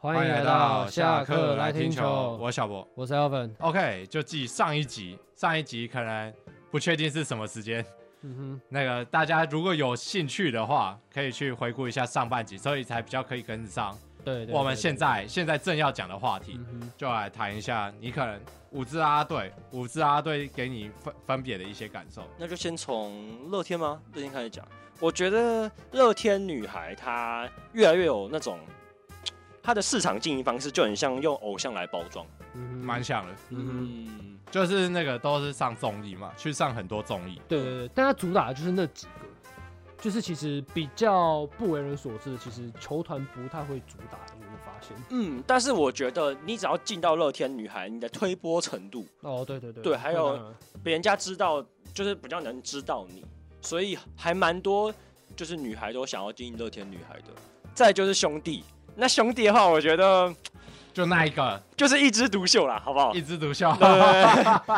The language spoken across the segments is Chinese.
欢迎来到下课来听球，我是小博。我是 Alvin。 OK，就继上一集，上一集可能不确定是什么时间，嗯那个大家如果有兴趣的话，可以去回顾一下上半集，所以才比较可以跟得上哼，对对。我们现在，在现在正要讲的话题。嗯哼，就来谈一下，你可能五支啦啦队，五支啦啦队给你分分别的一些感受。那就先从乐天吗？乐天开始讲。我觉得乐天女孩她越来越有那种，她的市场经营方式就很像用偶像来包装。嗯哼蛮，像的，嗯哼，嗯，就是那个都是上综艺嘛，去上很多综艺。对对对。但他主打的就是那几个，就是其实比较不为人所知的，其实球团不太会主打，有没有发现？嗯，但是我觉得你只要进到乐天女孩，你的推波程度，哦，对对对。啊对还有当然别人家知道就是比较能知道你，所以还蛮多就是女孩都想要进乐天女孩的。再来就是兄弟，那兄弟的话，我觉得就那一个就是一枝独秀啦，好不好哦一？枝独 秀， 对，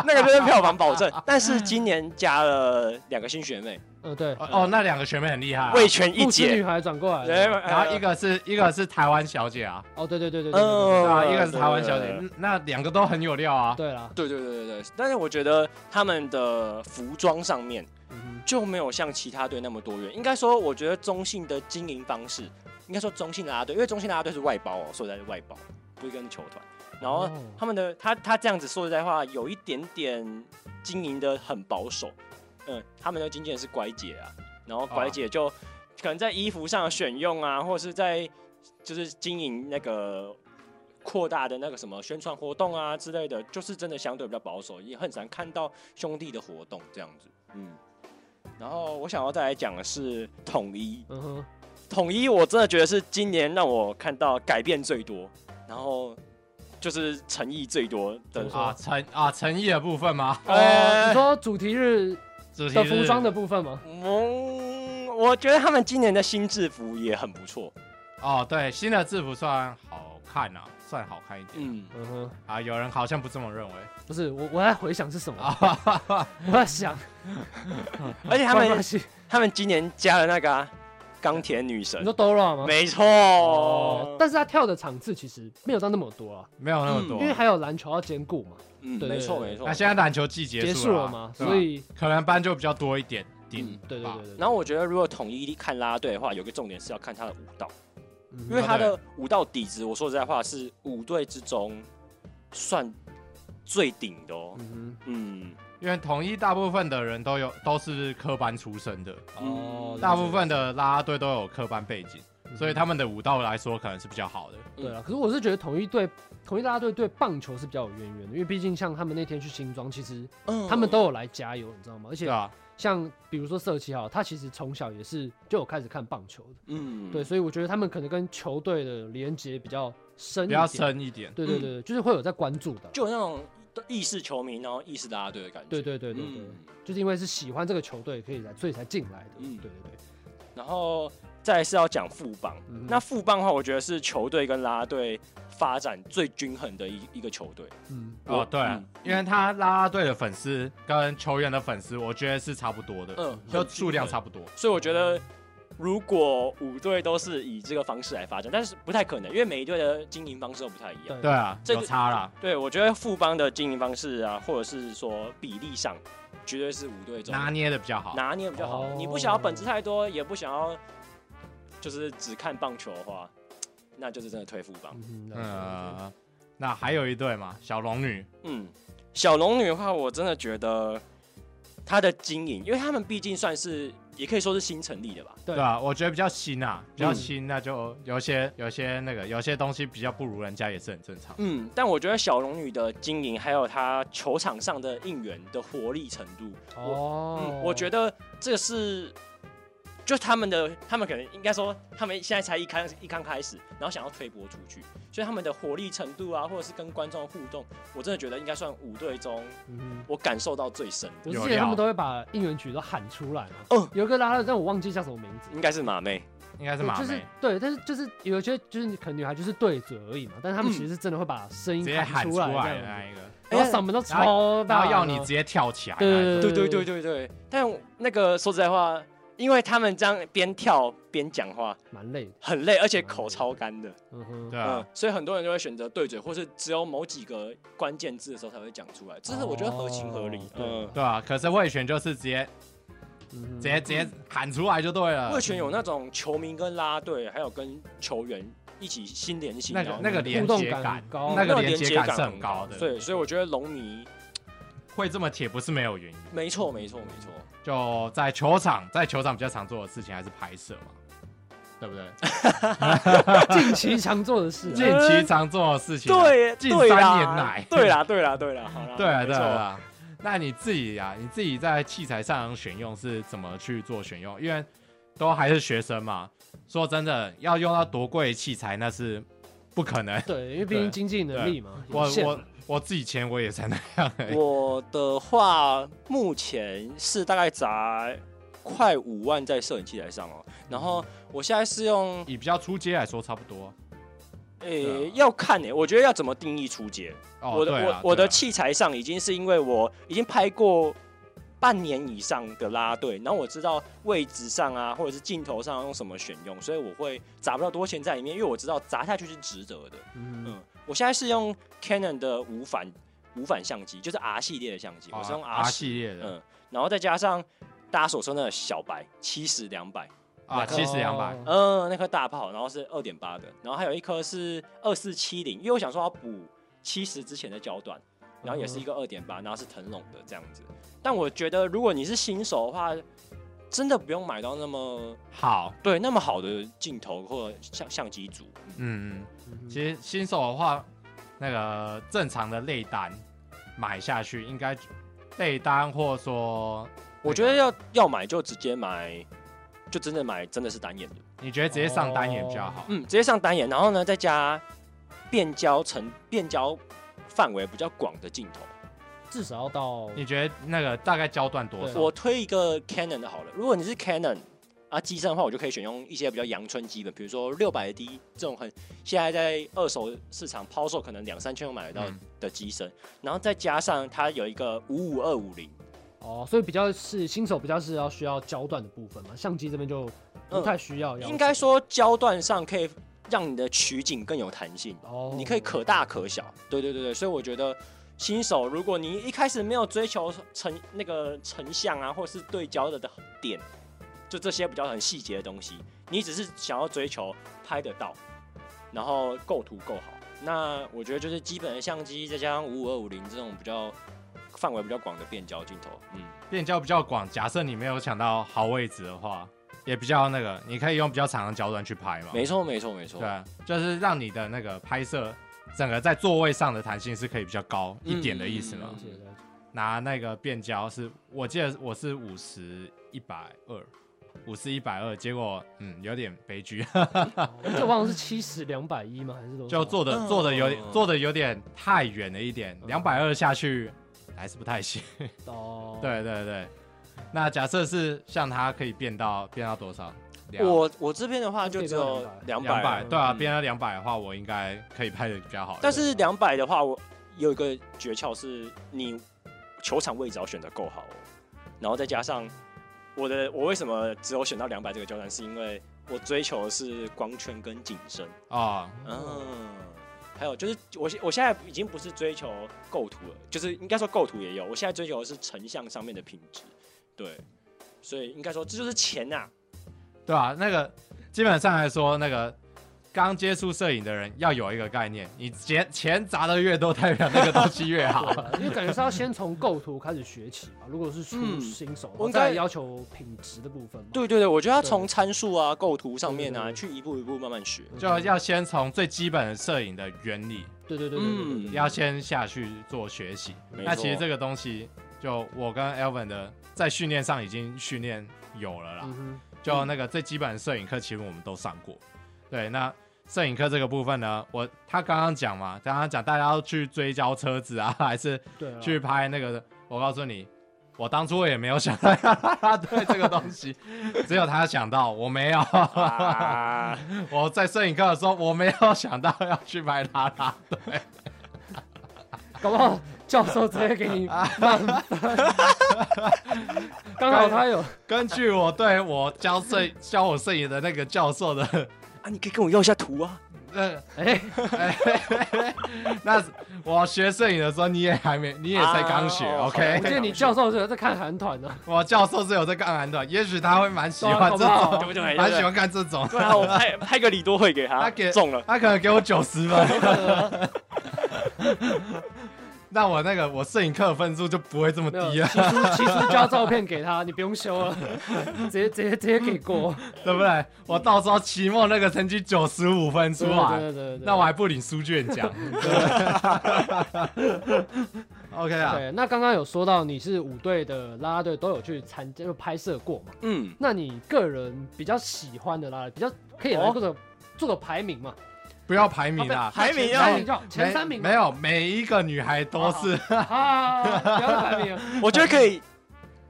那个就是票房保证。但是今年加了两个新学妹，嗯对，哦哦，那两个学妹很厉害、啊。魏全一不止女姐，哎孩转过来对了。然后一，个是一个是台湾小姐啊，哦，对对对对对。对对嗯啊，一个是台湾小姐对，嗯那两个都很有料啊。对啦，对对对对对。但是我觉得他们的服装上面嗯就没有像其他队那么多元。应该说，我觉得中信的经营方式，应该说中信啦啦队，因为中信啦啦队是外包哦，说实在是外包，不是跟球团。然后哦他们的他他这样子说实在话，有一点点经营的很保守。嗯，他们的经纪人是乖姐啊，然后乖姐就可能在衣服上的选用啊，或者是在就是经营那个扩大的那个什么宣传活动啊之类的，就是真的相对比较保守，也很少看到兄弟的活动这样子。嗯，然后我想要再来讲的是统一，哼，嗯哼，统一我真的觉得是今年让我看到改变最多，然后就是诚意最多的怎么。说啊，诚啊诚意的部分吗？哦，呃你说主题日主题的是服装的部分吗？嗯，我觉得他们今年的新制服也很不错。哦，对，新的制服算好看啊，算好看一点、嗯，嗯哼，啊。有人好像不这么认为，不是我，我在回想是什啊么，我在想，而且他没们关系他们今年加了那个啊钢、铁女你神，说 Dora 吗？没错。哦，但是他跳的场次其实没有到那么多啊， 没有那么嗯多。因为还有篮球要兼顾嘛，嗯，对没错对对没错那。现在篮球季结结束束了了啊嘛，对吧所以可能班就比较多一点点。啊嗯对对对对，然后我觉得，如果统一看啦啦队的话，有个重点是要看他的舞蹈，嗯因为啊他的舞蹈底子，我说实在话是五队之中算最顶的哦。嗯嗯，因为统一大部分的人都有都是科班出身的，哼，哦，嗯大了解部分的啦啦队都有科班背景，嗯所以他们的武道来说可能是比较好的。对啊，可是我是觉得统一队统一大家队对棒球是比较有渊源的，因为毕竟像他们那天去新庄，其实嗯他们都有来加油，你知道吗？而对且啊，像比如说社七号，他其实从小也是就有开始看棒球的，嗯对，所以我觉得他们可能跟球队的连接比较深一比较点，深一点。对对对，对就是会有在关注的，嗯啊就有那种意式球迷，然后意式啦啦队的感觉。对对对对对，嗯就是因为是喜欢这个球队，可以来，所以才进来的，嗯对对对，然后再来是要讲副帮，嗯哼那副帮的话，我觉得是球队跟啦啦队发展最均衡的一一个球队。嗯。哦，对啊嗯，因为他啦啦队的粉丝跟球员的粉丝，我觉得是差不多的，嗯，就很均数量衡差不多。所以我觉得，如果五队都是以这个方式来发展，但是不太可能，因为每一队的经营方式都不太一样。对对啊，这个有差啦。对，我觉得富邦的经营方式啊，或者是说比例上，绝对是五队中拿捏的比较好，拿捏比较好。哦你不想要本质太多，也不想要就是只看棒球的话，那就是真的推富邦。嗯哼，了解嗯，那还有一队嘛，小龙女，嗯，小龙女的话，我真的觉得她的经营，因为他们毕竟算是也可以说是新成立的吧。对对啊，我觉得比较新啊，比较新，那就有些有些那个有些东西比较不如人家也是很正常。嗯，但我觉得小龙女的经营，还有她球场上的应援的活力程度，哦、嗯，我觉得这是就他们的，他们可能应该说，他们现在才一开一刚开始，然后想要推播出去，所以他们的活力程度啊，或者是跟观众的互动，我真的觉得应该算五队中嗯我感受到最深哼，的，我是记有得他料们都会把应援曲都喊出来嘛。哦有一个拉拉，但我忘记叫什么名字。应该是马妹。应该是对马就是妹，对，但是就是有一些就是你可能女孩就是对嘴而已嘛，但是他们嗯其实是真的会把声直音接喊出出来，来这样的那子一个，然后嗓门都然后超然大，嗯后要你直接跳起来那一对种。对对对对对对，但那个说实在话，因为他们这样边跳边讲话蛮累的。很累，而且口超干的，嗯哼，对嗯啊，，所以很多人就会选择对嘴，或是只有某几个关键字的时候才会讲出来，这是我觉得合情合理哦。嗯，对啊。可是魏权就是直接嗯哼直接直接喊出来就对了卫。权有那种球迷跟啦啦队，还有跟球员一起心连心，那然个后那个嗯连互动接感感很，高那个种连接接感是很很高的。对，所以我觉得龙迷会这么铁不是没有原因。没错没错没错，就在球场，在球场比较常做的事情还是拍摄嘛，对不对？嗯近期常做的事啊，近期常做的事情啊，对近对三啦年来对啦对啦对啦，好啦，对啊，对没啊，错对啊。那你自己啊，你自己在器材上选用是怎么去做选用？因为都还是学生嘛，说真的，要用到多贵的器材那是不可能。对，因为毕竟经济能力嘛，我有限我嘛我自己钱我也才那样而已。我的话，目前是大概砸快五万在摄影器材上哦。然后我现在是用， 以比较出街来说，差不多。诶、对啊要看诶、欸我觉得要怎么定义出街。哦，我的对啊我我对的啊器材上已经是因为我已经拍过半年以上的啦啦队，然后我知道位置上啊，或者是镜头上用什么选用，所以我会砸不到多钱在里面，因为我知道砸下去是值得的。嗯，嗯，我现在是用 Canon 的无反无反相机，就是 R 系列的相机，我是用哦 R R 系系列的嗯，然后再加上大家所说的小白七十两百，啊，七十两百。哦嗯，那颗大炮，然后是二点八的，然后还有一颗是二四七零，因为我想说要补七十之前的焦段，然嗯后也是一个二点八，然后是腾龙的这样子。但我觉得如果你是新手的话，真的不用买到那么好，对那么好的镜头或相相机组，嗯，嗯哼其实新手的话，那个正常的类单买下去，应该类单或说，我觉得要要买就直接买，就真的买真的是单眼的。你觉得直接上单眼比较好？嗯，直接上单眼，然后呢再加变焦成变焦范围比较广的镜头。至少要到你觉得那个大概焦段多对少？我推一个 Canon 的好了，如果你是 Canon 啊机身的话，我就可以选用一些比较阳春基本，比如说六百 D 这种很现在在二手市场抛售可能两三千就买得到嗯的机身，然后再加上它有一个五五二五零，哦，所以比较是新手比较是要需要焦段的部分嘛，相机这边就不太需要要求，嗯应该说焦段上可以让你的取景更有弹性。哦，你可以可大可小。对对对对，所以我觉得新手，如果你一开始没有追求成那个成像啊，或是对焦的的点，就这些比较很细节的东西，你只是想要追求拍得到，然后构图够好，那我觉得就是基本的相机再加上五五二五零这种比较范围比较广的变焦镜头，嗯，变焦比较广，假设你没有抢到好位置的话，也比较那个，你可以用比较长的焦段去拍嘛。没错没错没错对，啊，就是让你的那个拍摄整个在座位上的弹性是可以比较高一点的意思嘛。嗯了解了解拿那个变焦是，我记得我是五十一百二，五十一百二，结果嗯有点悲剧， 哦这忘了是七十两百一吗？还是多少就做的嗯做的有做的有点太远了一点，两百二下去还是不太行。哦，，对对对，那假设是像它可以变到变到多少？两我我这边的话就只有两两百，百，对啊，嗯变到两百的话，我应该可以拍的比较好。但是两百的话，我有一个诀窍是，你球场位置要选的够好、哦，然后再加上我的我为什么只有选到两百这个焦段，是因为我追求的是光圈跟景深，啊，哦嗯。还有就是我现我现在已经不是追求构图了，就是应该说构图也有，我现在追求的是成像上面的品质，对，所以应该说这就是钱呐、对啊，那个基本上来说，那个刚接触摄影的人要有一个概念，你钱钱砸的越多，代表那个东西越 好。对啊因为感觉是要先从构图开始学起嘛。如果是初嗯新手，我我应再该要求品质的部分嘛。对对对，我觉得要对从参数啊、构图上面啊，对对对去一步一步慢慢学。就要先从最基本的摄影的原理，对对对对对对嗯要先下去做学习。没那其实错这个东西，就我跟 Elvin 的在训练上已经训练有了啦。嗯哼，就那个最基本的摄影课，其实我们都上过。对，那摄影课这个部分呢，我他刚刚讲嘛，刚刚讲大家要去追焦车子啊， 还是对啊，去拍那个的。我告诉你，我当初也没有想到他 对这个东 西，只有他想到，我没有。 啊我在摄影课的时候，我没有想到要去拍拉拉队。搞不好教授直接给你满分。 刚好他有根据我对我教摄 教我摄影的那个教授的， 啊，你可以跟我要一下图啊。呃，哎、哎那我学摄影的时候你也还没，你也才刚学、啊 o 我记 k 得你教授是有在看韩团呢，我教授是有在看韩团，也许他会蛮 喜欢这对啊搞不好种，对不对？蛮喜欢看这种。对啊，我拍拍个礼多会给他，他给啊中了。他可能给我九十分， 那我那个我摄影课分数就不会这么没有低啊齐了，叔齐叔交照片给他，你不用修 了，直接直接直接给过。对不对？我到时候期末那个成绩九十五分出对对来，对对对那我还不领书卷奖。OK 啊，对，那刚刚有说到你是五队的啦啦队都有去参加就拍摄过嘛？嗯，那你个人比较喜欢的啦啦，比较可以来哦做个做个排名嘛？不要排名啊啦，排名要前三名就好前三名没没有，每一个女孩都是，啊，不要再排名了。我觉得可以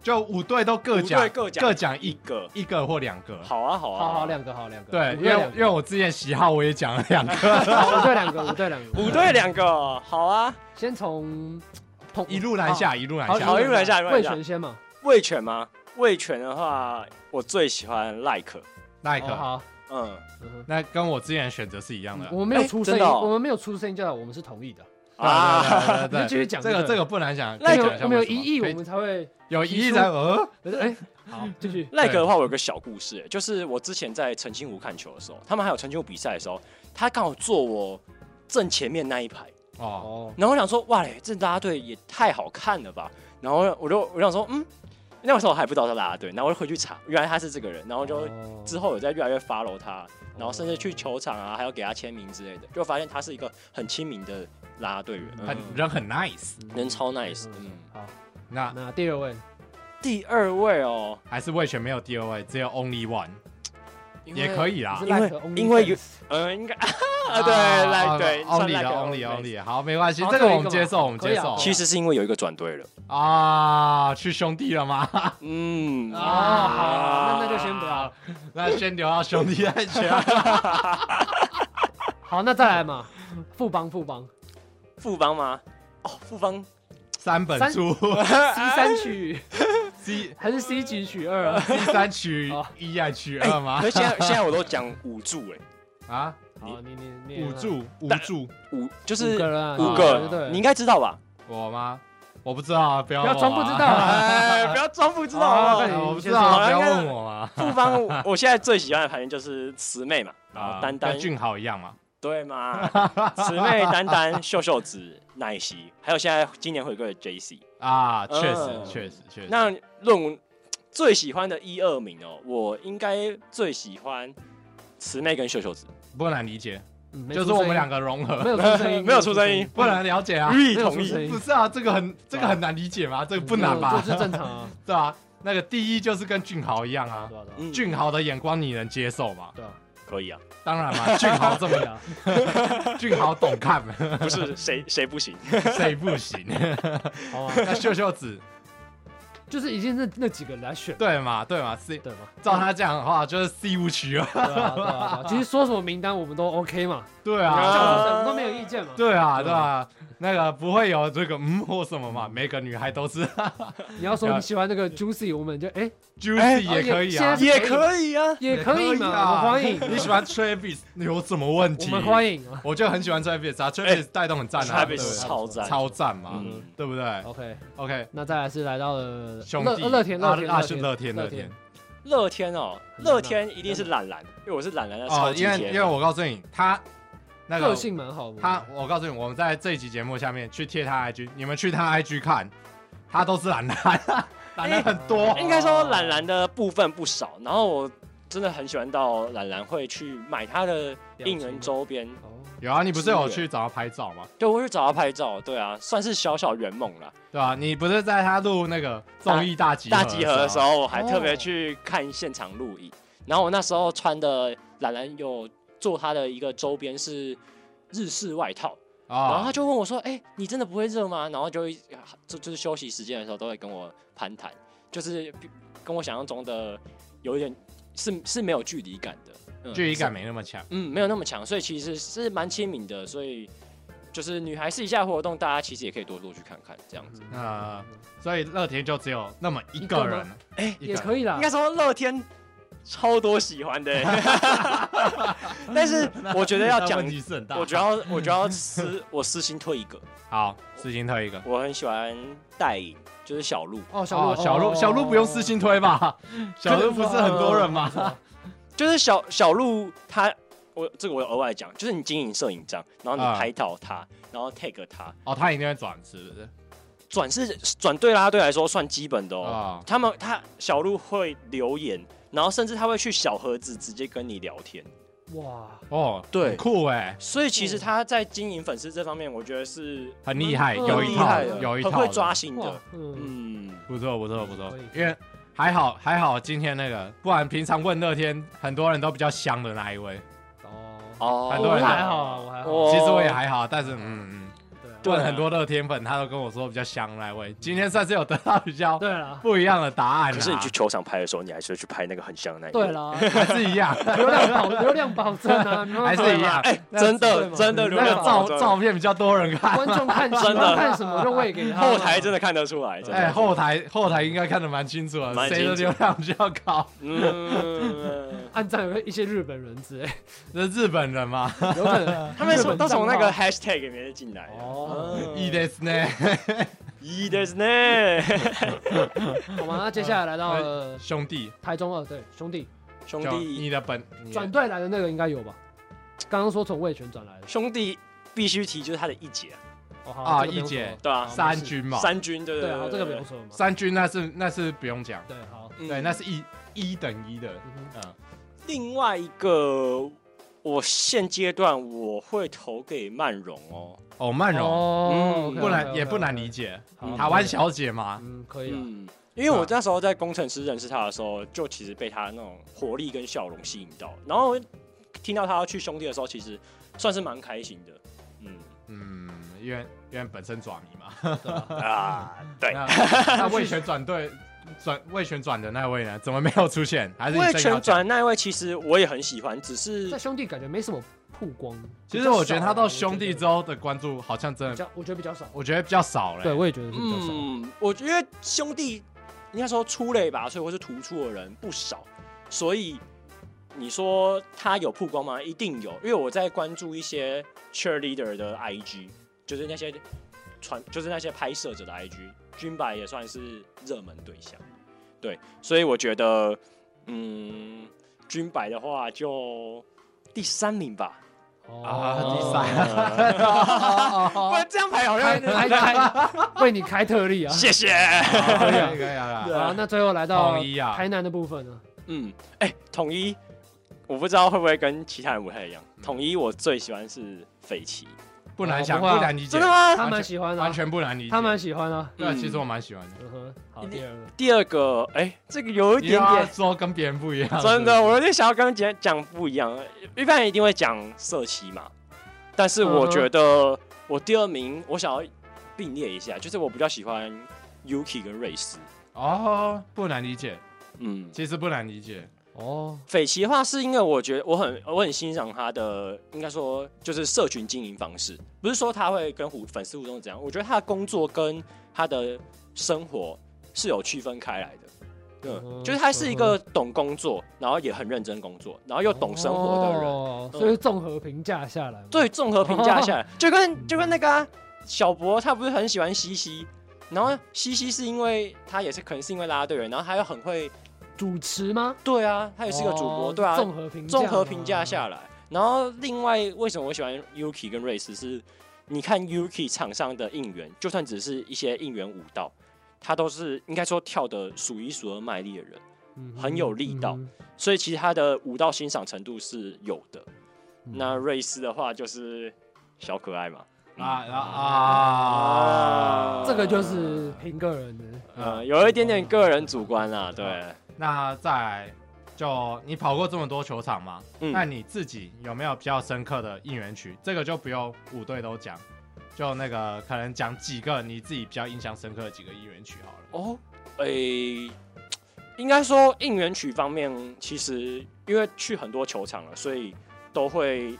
就五队都各五队奖各奖各奖一个。一个或两个。好啊，好啊，好好，两个，好两个。对，五因队为两因为我之前喜好我也讲了两个，个，好五队两个，五队两 个。五队两个，好啊，先从同一路南下，一路南好下好。一路南下一路南魏下全先嘛，魏犬吗？魏犬的话，我最喜欢 like，那一哦个，好。嗯，嗯那跟我之前的选择是一样的啊哼。我们没有哎出声真音，的哦我们没有出声音，叫我们是同意的。啊，啊，对你就对继对，续讲这个对这个不难讲，那可以我个讲们我们有一下为什一亿，么我可以们才会有一亿提出才呃，哎，好，继续。赖格的话，我有个小故事、就是我之前在澄清湖看球的时候，他们还有澄清湖比赛的时候，他刚好坐我正前面那一排，哦，哦，然后我想说，哇嘞，这拉拉队也太好看了吧！然后我就我想说，嗯，那个时候我还不知道他拉拉队，然后我就回去查，原来他是这个人，然后就哦之后有在越来越 follow 他，然后甚至去球场啊，还要给他签名之类的，就发现他是一个很亲民的拉拉队员，很嗯人很 nice。人超 nice，嗯好，那那第二位，第二位哦，还是魏全没有第二位，只有 only one 也可以，以啦你。因为是 like only 因为有 fans 嗯，应该啊， 对来对算 only 的 like only only only，好，没关系好，这个最后一我个们接嘛受，我们可以接啊受。其实是因为有一个转队了，啊，去兄弟了吗？嗯啊啊好那那就先不要了。 那先留到兄弟再选。啊好，那再来嘛， 富邦富邦富邦吗？哦，富邦三本三 书 C 三取 C 还是 C 级取二啊？ C 三取哦一还取二吗啊可？是现在现在我都讲五柱哎，啊，好，你你你五柱五但柱，五五个就是人啊，五个对对你对，应该知道吧？我吗？我不知道啊，不要不要问装我不啊知道啊。哎，不要装不知道好啊 那！啊我不你知先道说啊，不要应该问我嘛。富邦，我现在最喜欢的排名就是慈妹嘛，然啊后，丹丹跟，俊豪一样嘛。对嘛，慈妹、丹丹、秀秀子、奶昔，还有现在今年回归的 J C。啊，嗯确实确实确实。那论文最喜欢的一二名哦，我应该最喜欢慈妹跟秀秀子，不难理解，嗯 没就是出声我音们两个融合没，有出 声音， 没有出声音不难了解啊。予以没有同出意声。音不，是啊，这个很这个很难理解嘛，这个不难吧 这？是正常 啊，对啊，那个第一就是跟俊豪一样啊对，吧？对吧嗯俊豪的眼光你能接受吗？对啊，可以啊，当然嘛，俊豪这么对啊，俊豪懂看，啊不是谁谁 不行，谁不行？ 好啊，那秀秀子就是已经那那几个人来选，对嘛对嘛，C 对吧？照他这样的话就是 C 五区啊，对啊，对啊，对啊其实说什么名单我们都 OK 嘛，对叫啊我啊。们我们都没有意见嘛。对啊，对对啊，那个不会有这个嗯或什么嘛，每个女孩都是你要说你喜欢那个 Juicy，我们就哎 juicy 哎也可以现在啊是，也可以啊。也可以嘛，我们欢迎，你喜欢 Travis 有什么问我题？们欢迎啊。我就很喜欢 Travis 啊，Travis 带动很赞啊哎对 Travis 不对超赞超赞嘛，嗯对不对 OK， ？OK，那再来是来到了兄乐弟，乐天乐天啊啊是乐天乐天，乐天哦，很难啊乐天一定是懒懒，因为我是懒懒的超哦，级因为铁因为粉我告诉你，他那个个性蛮好的。他，我告诉你，我们在这一集节目下面去贴他 IG，你们去他 IG 看，他都是懒 懒，懒懒很多哎应该说懒懒的部分不少，然后我真的很喜欢到懒懒会去买他的应援周边，哦，有啊，你不是有去找他拍照吗？对，我会去找他拍照，对啊，算是小小圆梦啦。对吧、你不是在他录那个综艺大集大集合的时候，候，我还特别去看现场录影。然后我那时候穿的懒懒有做他的一个周边是日式外套，然后啊他就问我说：“哎、你真的不会热吗？”然后就一就就是休息时间的时候都会跟我攀谈，就是比跟我想象中的有一点是是没有距离感的，嗯距离感没那么强。嗯没有那么强，所以其实是蛮亲民的，所以就是女孩试一下活动，大家其实也可以多多去看看这样子。那所以乐天就只有那么一个一个人吗，哎，也可以啦应该。说乐天超多喜欢 的、但是我觉得要讲问，题是很大。我觉得要我觉得要私我私心推一个，好，私信推一个。我很喜欢戴颖，就是小鹿，哦，小哦鹿，，小鹿，小鹿不用私信推 吧？小鹿不是很多人吗？就是小小鹿他。我这个我有额外讲，就是你经营摄影帐，然后啊你拍到他，然后 tag 他，哦，他一定会转，是不是？转是转对啦啦队来说算基本的哦。啊，他们他小鹿会留言，然后甚至他会去小盒子直接跟你聊天，哇，哦，对很酷哎，所以其嗯实他在经营粉丝这方面，我觉得是很厉害，很有很一厉套害的，，有一很套会的抓心哇的，，嗯，嗯，不错，不错，不错可以。因为还好，还好，今天那个，不然平常问乐天，很多人都比较香的那一位。哦，哦很我多人还好啊，我还好，哦其实我也还好，但是嗯嗯，对啊对问很多乐天粉，他都跟我说比较香的那一位。今天算是有得到比较对啦，不一样的答案啦，可是你去球场拍的时候，你还是会去拍那个很像的那一对个。啦，还是一 样，流量保流量保证 啊，你们还是一样。哎那真对的嘛真的流那量个爆照炸照片比较多人看观，众看什真的么看什么就喂给他嘛，后台真的看得出来，真的哎，后台后台应该看得蛮清楚的，蛮谁的清流楚量比较高？ 嗯，按赞有一些日本人之类，是日本人吗？有可能他们日从本都从那账个号 hashtag 里面进来的。啊哦，嗯いいですね。いいですね，好吗？那接下来来到了兄弟，台中二，对兄弟 兄就弟你的本你的转队来的那个应该有吧？刚刚说从卫权转来的兄弟必须提就是他的一姐，哦好啊这个不用一姐说对啊好，三军嘛，三军对哦对对啊，对，这个不对用说了嘛，三军那是那是不用讲，对好，嗯对，那是一一等一的，嗯哼嗯，另外一个，我现阶段我会投给曼荣哦。哦，曼荣哦嗯 OK，OK，OK，不难也不难理解，好，台湾小姐嘛，嗯可以了，嗯，因为我那时候在工程师认识他的时候，就其实被他那种活力跟笑容吸引到，然后听到他要去兄弟的时候，其实算是蛮开心的。 嗯嗯，因为因为本身爪迷嘛，啊，对，那那魏权转队转魏权转的那位呢，怎么没有出现？还是你魏正要全讲转那一位其实我也很喜欢，只是在兄弟感觉没什么曝光，其实我觉得他到兄弟之后，后的关注好像真比的，较我觉得比较少，我觉得比较少了。对我也觉得是比较少，嗯，我觉得兄弟应该说出类拔萃或是突出的人不少，所以你说他有曝光吗？一定有，因为我在关注一些 cheerleader 的 IG，就是那些传，就是那些拍摄者的 IG，军白也算是热门对象，对，所以我觉得，嗯，军白的话就第三名吧，哦啊第三三，不然这样排好开 像开开，为你开特例 啊！谢谢，好可以啊可以啊可以对啊，啊好，那最后来到统一啊，台南的部分呢？嗯，哎、统一，我不知道会不会跟其他人不太一样。统一我最喜欢是费奇，不难想，哦不不会啊难理解真的，吗？他蛮喜欢完啊，全不难理解。他蛮喜欢啊。对啊，嗯其实我蛮喜欢的。嗯哼，好，第二个，第二个，哎、这个有一你点要点，说跟别人不一样，真的，我有点想要跟讲讲不一样。一般人一定会讲色七嘛，但是我觉得我第二名，我想要并列一下，就是我比较喜欢 Yuki 跟瑞斯。哦，不难理解，嗯，其实不难理解。哦，斐奇的话，是因为我觉得我很我很欣赏他的，应该说就是社群经营方式，不是说他会跟互粉丝互动怎样，我觉得他的工作跟他的生活是有区分开来的。嗯嗯，就是他是一个懂工作，然后也很认真工作，然后又懂生活的人。人哦所以综合评价下来，对，，综合评价下来，就跟就跟那个啊、小博，他不是很喜欢西西，然后西西是因为他也是可能是因为啦啦队员，然后他又很会，主持吗？对啊，他也是个主播，哦对啊，综合评价综合评价下来。然后另外，为什么我喜欢 Yuki 跟瑞斯是？你看 Yuki 场上的应援，就算只是一些应援舞蹈，他都是应该说跳的数一数二卖力的人，嗯很有力道嗯所以其实他的舞蹈欣赏程度是有的。嗯那瑞斯的话就是小可爱嘛，啊啊啊！这个就是凭个人的，啊呃，有一点点个人主观啦，对，那再来，就你跑过这么多球场嘛，那嗯，你自己有没有比较深刻的应援曲？这个就不用五队都讲，就那个可能讲几个你自己比较印象深刻的几个应援曲好了。哦，诶、应该说应援曲方面，其实因为去很多球场了，所以都会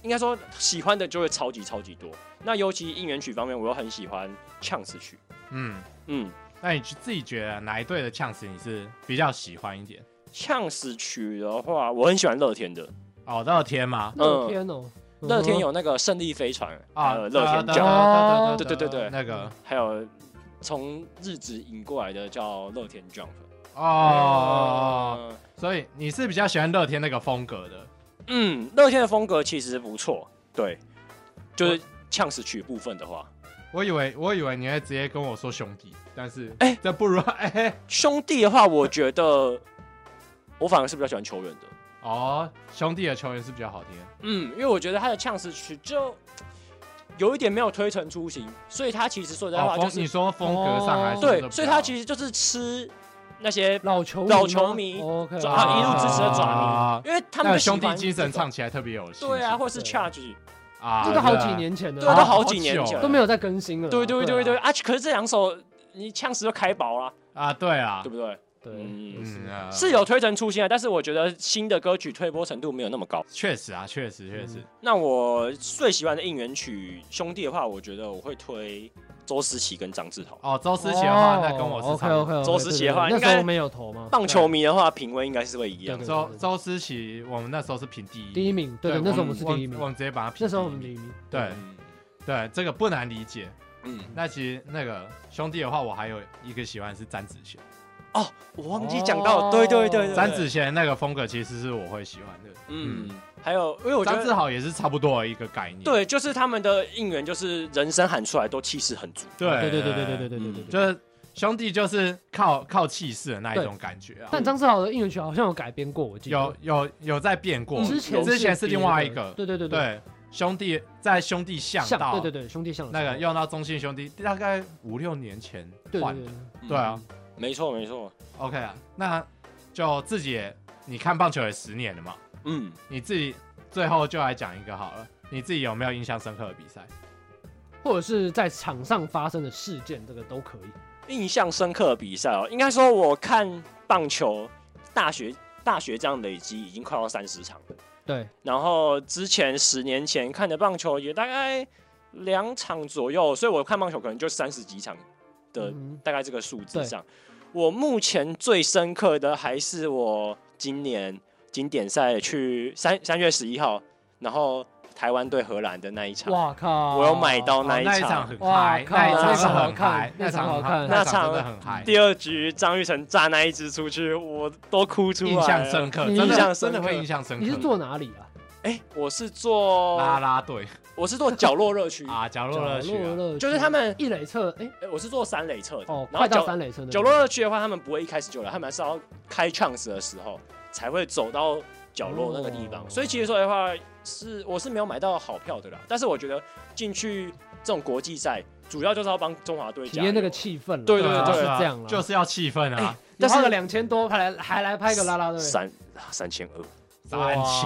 应该说喜欢的就会超级超级多。那尤其应援曲方面，我又很喜欢呛死曲，嗯，嗯，那你自己觉得哪一队的呛死你是比较喜欢一点？呛死曲的话，我很喜欢乐天的，哦，乐天吗？乐天哦，乐嗯天嗯有那个胜利飞船啊，呃乐天得酱，哦得得得得对对对对嗯那个还有从日职引过来的叫乐天 Jump。哦，嗯，所以你是比较喜欢乐天那个风格的嗯，乐天的风格其实不错，对，就是呛死曲部分的话，我以为我以为你会直接跟我说兄弟，但是哎这不如 哎、兄弟的话，我觉得我反而是比较喜欢球员的，哦，兄弟的球员是比较好听的嗯，因为我觉得他的呛死曲就有一点没有推陈出新，所以他其实说实在哦话，风啊就你是、哦说风格上还是说对，所以他其实实就是吃那些，老球迷老吗哦球迷，OK，转啊一路支持的转迷啊因为他们那就喜兄欢弟精神这个唱起来特别有信对啊，心或是对 charge，啊这个好几年前的对了，啊，都啊好好几年久前了都没有再更新了啦。对对对对啊啊！可是这两首你呛死就开薄了，啊，对啊对，不对？对，嗯，嗯啊是有推陈出新啊，但是我觉得新的歌曲推波程度没有那么高。确实啊，确实确实嗯那我最喜欢的应援曲兄弟的话，我觉得我会推周思齐跟张志豪。哦，周思琪的话，那跟我是 OK 差不多 OK，周思齐的话那时应候该没有投吗？棒球迷的话，品味应该是会一样对。对周周思琪，我们那时候是评第一，第一名，对对对，那时候我我们是第一我名，们直接把它评那时候我第们一第名一名，对对，这个不难理解。嗯，那其实那个兄弟的话，我还有一个喜欢是詹子贤，哦，我忘记讲到，对对对对，詹子，贤那个风格其实是我会喜欢的。嗯，还有，因为我觉张志得豪也是差不多的一个概念。对，就是他们的应援，就是人声喊出来都气势很足。对对对对对对对对对对嗯对。就是兄弟就是靠靠气势的那一种感觉啊。但张志豪的应援曲好像有改编过，我记得有有有在变过，之前之前是别另外的一个，对对对，对兄弟在兄弟巷像道对对对兄弟像那个用到中信兄弟，大概五六年前对换对的对。对啊，没错没错， OK 啊，那就自己也你看棒球也十年了嘛，嗯，你自己最后就来讲一个好了，你自己有没有印象深刻的比赛？或者是在场上发生的事件，这个都可以。印象深刻的比赛哦，应该说我看棒球大学大学这样累积已经快要三十场了，对，然后之前十年前看的棒球也大概两场左右，所以我看棒球可能就三十几场的嗯大概这个数字上。我目前最深刻的还是我今年经典赛去三三月十一号，然后台湾对荷兰的那一嗯场，哇靠！我有买到哦那一那场。场很哇嗨，靠那一那场是场好很看嗨，那那场场很好嗨看那那场真的很嗨，第二局张玉成炸那一支出去，我都哭出来了。印象深刻，你真印的象真深的刻会印象深刻。你是坐哪里啊？哎、我是做拉拉队我是做角落 热区啊，角落乐趣啊，乐就是他们一垒侧，哎、哎我是做三垒侧的，哦，然快后到角三垒侧那边角落热区的话，他们不会一开始就来，他们是要开 chance 的时候才会走到角落那个地方。哦所以其实说的话，是我是没有买到好票的啦。但是我觉得进去这种国际赛，主要就是要帮中华队体加验那油个气氛啦对对主啊要对是对啊这样哎了。就是要气氛啊，你但是花个两千多，还来还来拍个啦啦队，三三千二，三千。千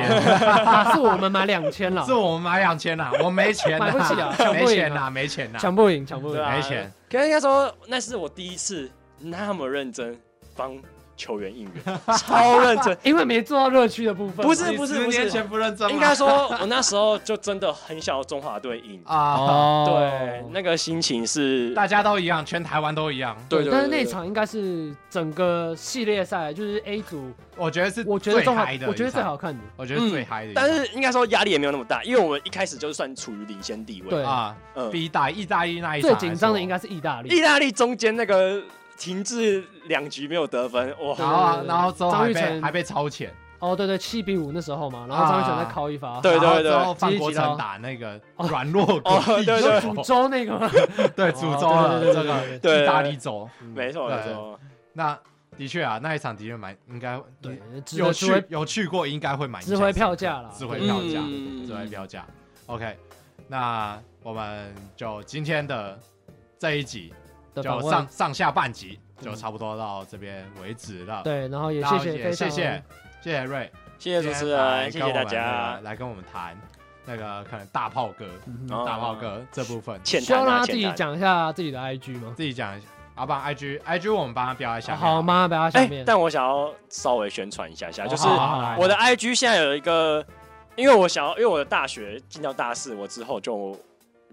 啊是我们买两千了啊是，我们买两千啦，我没钱啦，买不起啊抢不赢啊没钱啦，没钱啦，抢不赢，抢不对赢。啊，没钱。可是应该说，那是我第一次那么认真帮球员应 援，超认真。因为没做到热区的部分，不是不是不你十年是，前不认真吗，应该说，我那时候就真的很想要中华队赢。啊，哦，对，那个心情是，大家都一样，全台湾都一样，对对，但是那对场应该是整个系列赛，就是 A 组，我觉得是我觉得最中华嗨的，，我觉得最，好嗯看的，我觉得最嗨的一场，但是应该说压力也没有那么大，因为我们一开始就算处于领先地位。对啊嗯， ，B 大意大利那一最场来说紧张的应该是意大利意。大利中间那个停滞两局没有得分，哇，然后啊对对对然后之后张还玉被成还被超前，哦，对对，七比五那时候嘛，然后张玉成在敲一发，啊对对对然后之后范国成打那个 软弱国哦地对你说对煮球，粥那个吗？对诅咒了哦对这对对对对个意大利州， 没错对没错，那的确啊，那一场的确蛮应该对，值有得值回去有去过，应该会蛮值回票价啦，值回对票价，嗯值回票价。OK，那我们就今天的这一集的访就问上。上下半集就嗯差不多到这边为止了。，对，然后也然谢后谢也非谢常谢谢谢瑞，谢谢主持人，谢今天来谢大跟我们那家个，来跟我们谈那个可能大炮哥嗯哦大炮哥这部分，浅需要谈让啊他自浅己谈。讲一下自己的 IG 吗？自己讲一下。啊好吧，IG IG 我们帮他标在下面。好，吗？不要下哎、面。但我想要稍微宣传一下下，哦就是好好好我的 IG 现在有一个因为我想要，因为我的大学进到大四，我之后就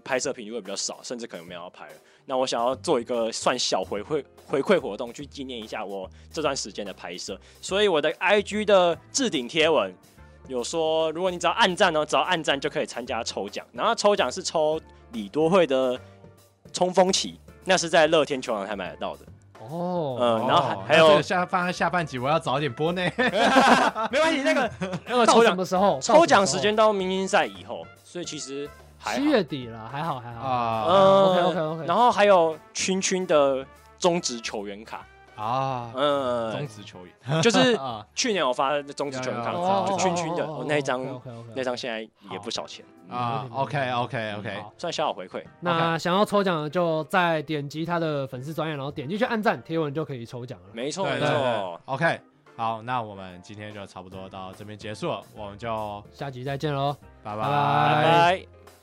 拍摄频率会比较少，甚至可能没有要拍了。那我想要做一个算小回馈回馈活动，去纪念一下我这段时间的拍摄。所以我的 IG 的置顶贴文有说，如果你只要按赞哦，只要按赞就可以参加抽奖。然后抽奖是抽李多惠的冲锋旗，那是在乐天球场才买得到的。哦，嗯，然后哦还还那这有个下放在下半集，我要早点 播呢。没关系，那个那个到抽什奖么时候？抽奖时间到明星赛以后，所以其实还好七月底了，还好还好。啊嗯 OK，OK，OK OK，OK，OK。然后还有群群的中职球员卡，啊，中嗯，职球员就是啊去年我发的中职球员卡，有有有就群群的哦哦那一张， OK，OK，OK 那张现在也不少钱，啊，OK OK OK，嗯好算小小回馈。那想要抽奖的就再点击他的粉丝专页，然后点进去按赞，贴文就可以抽奖了。没错对没对错对，，OK，好，那我们今天就差不多到这边结束了，我们就下集再见喽。拜拜拜拜拜。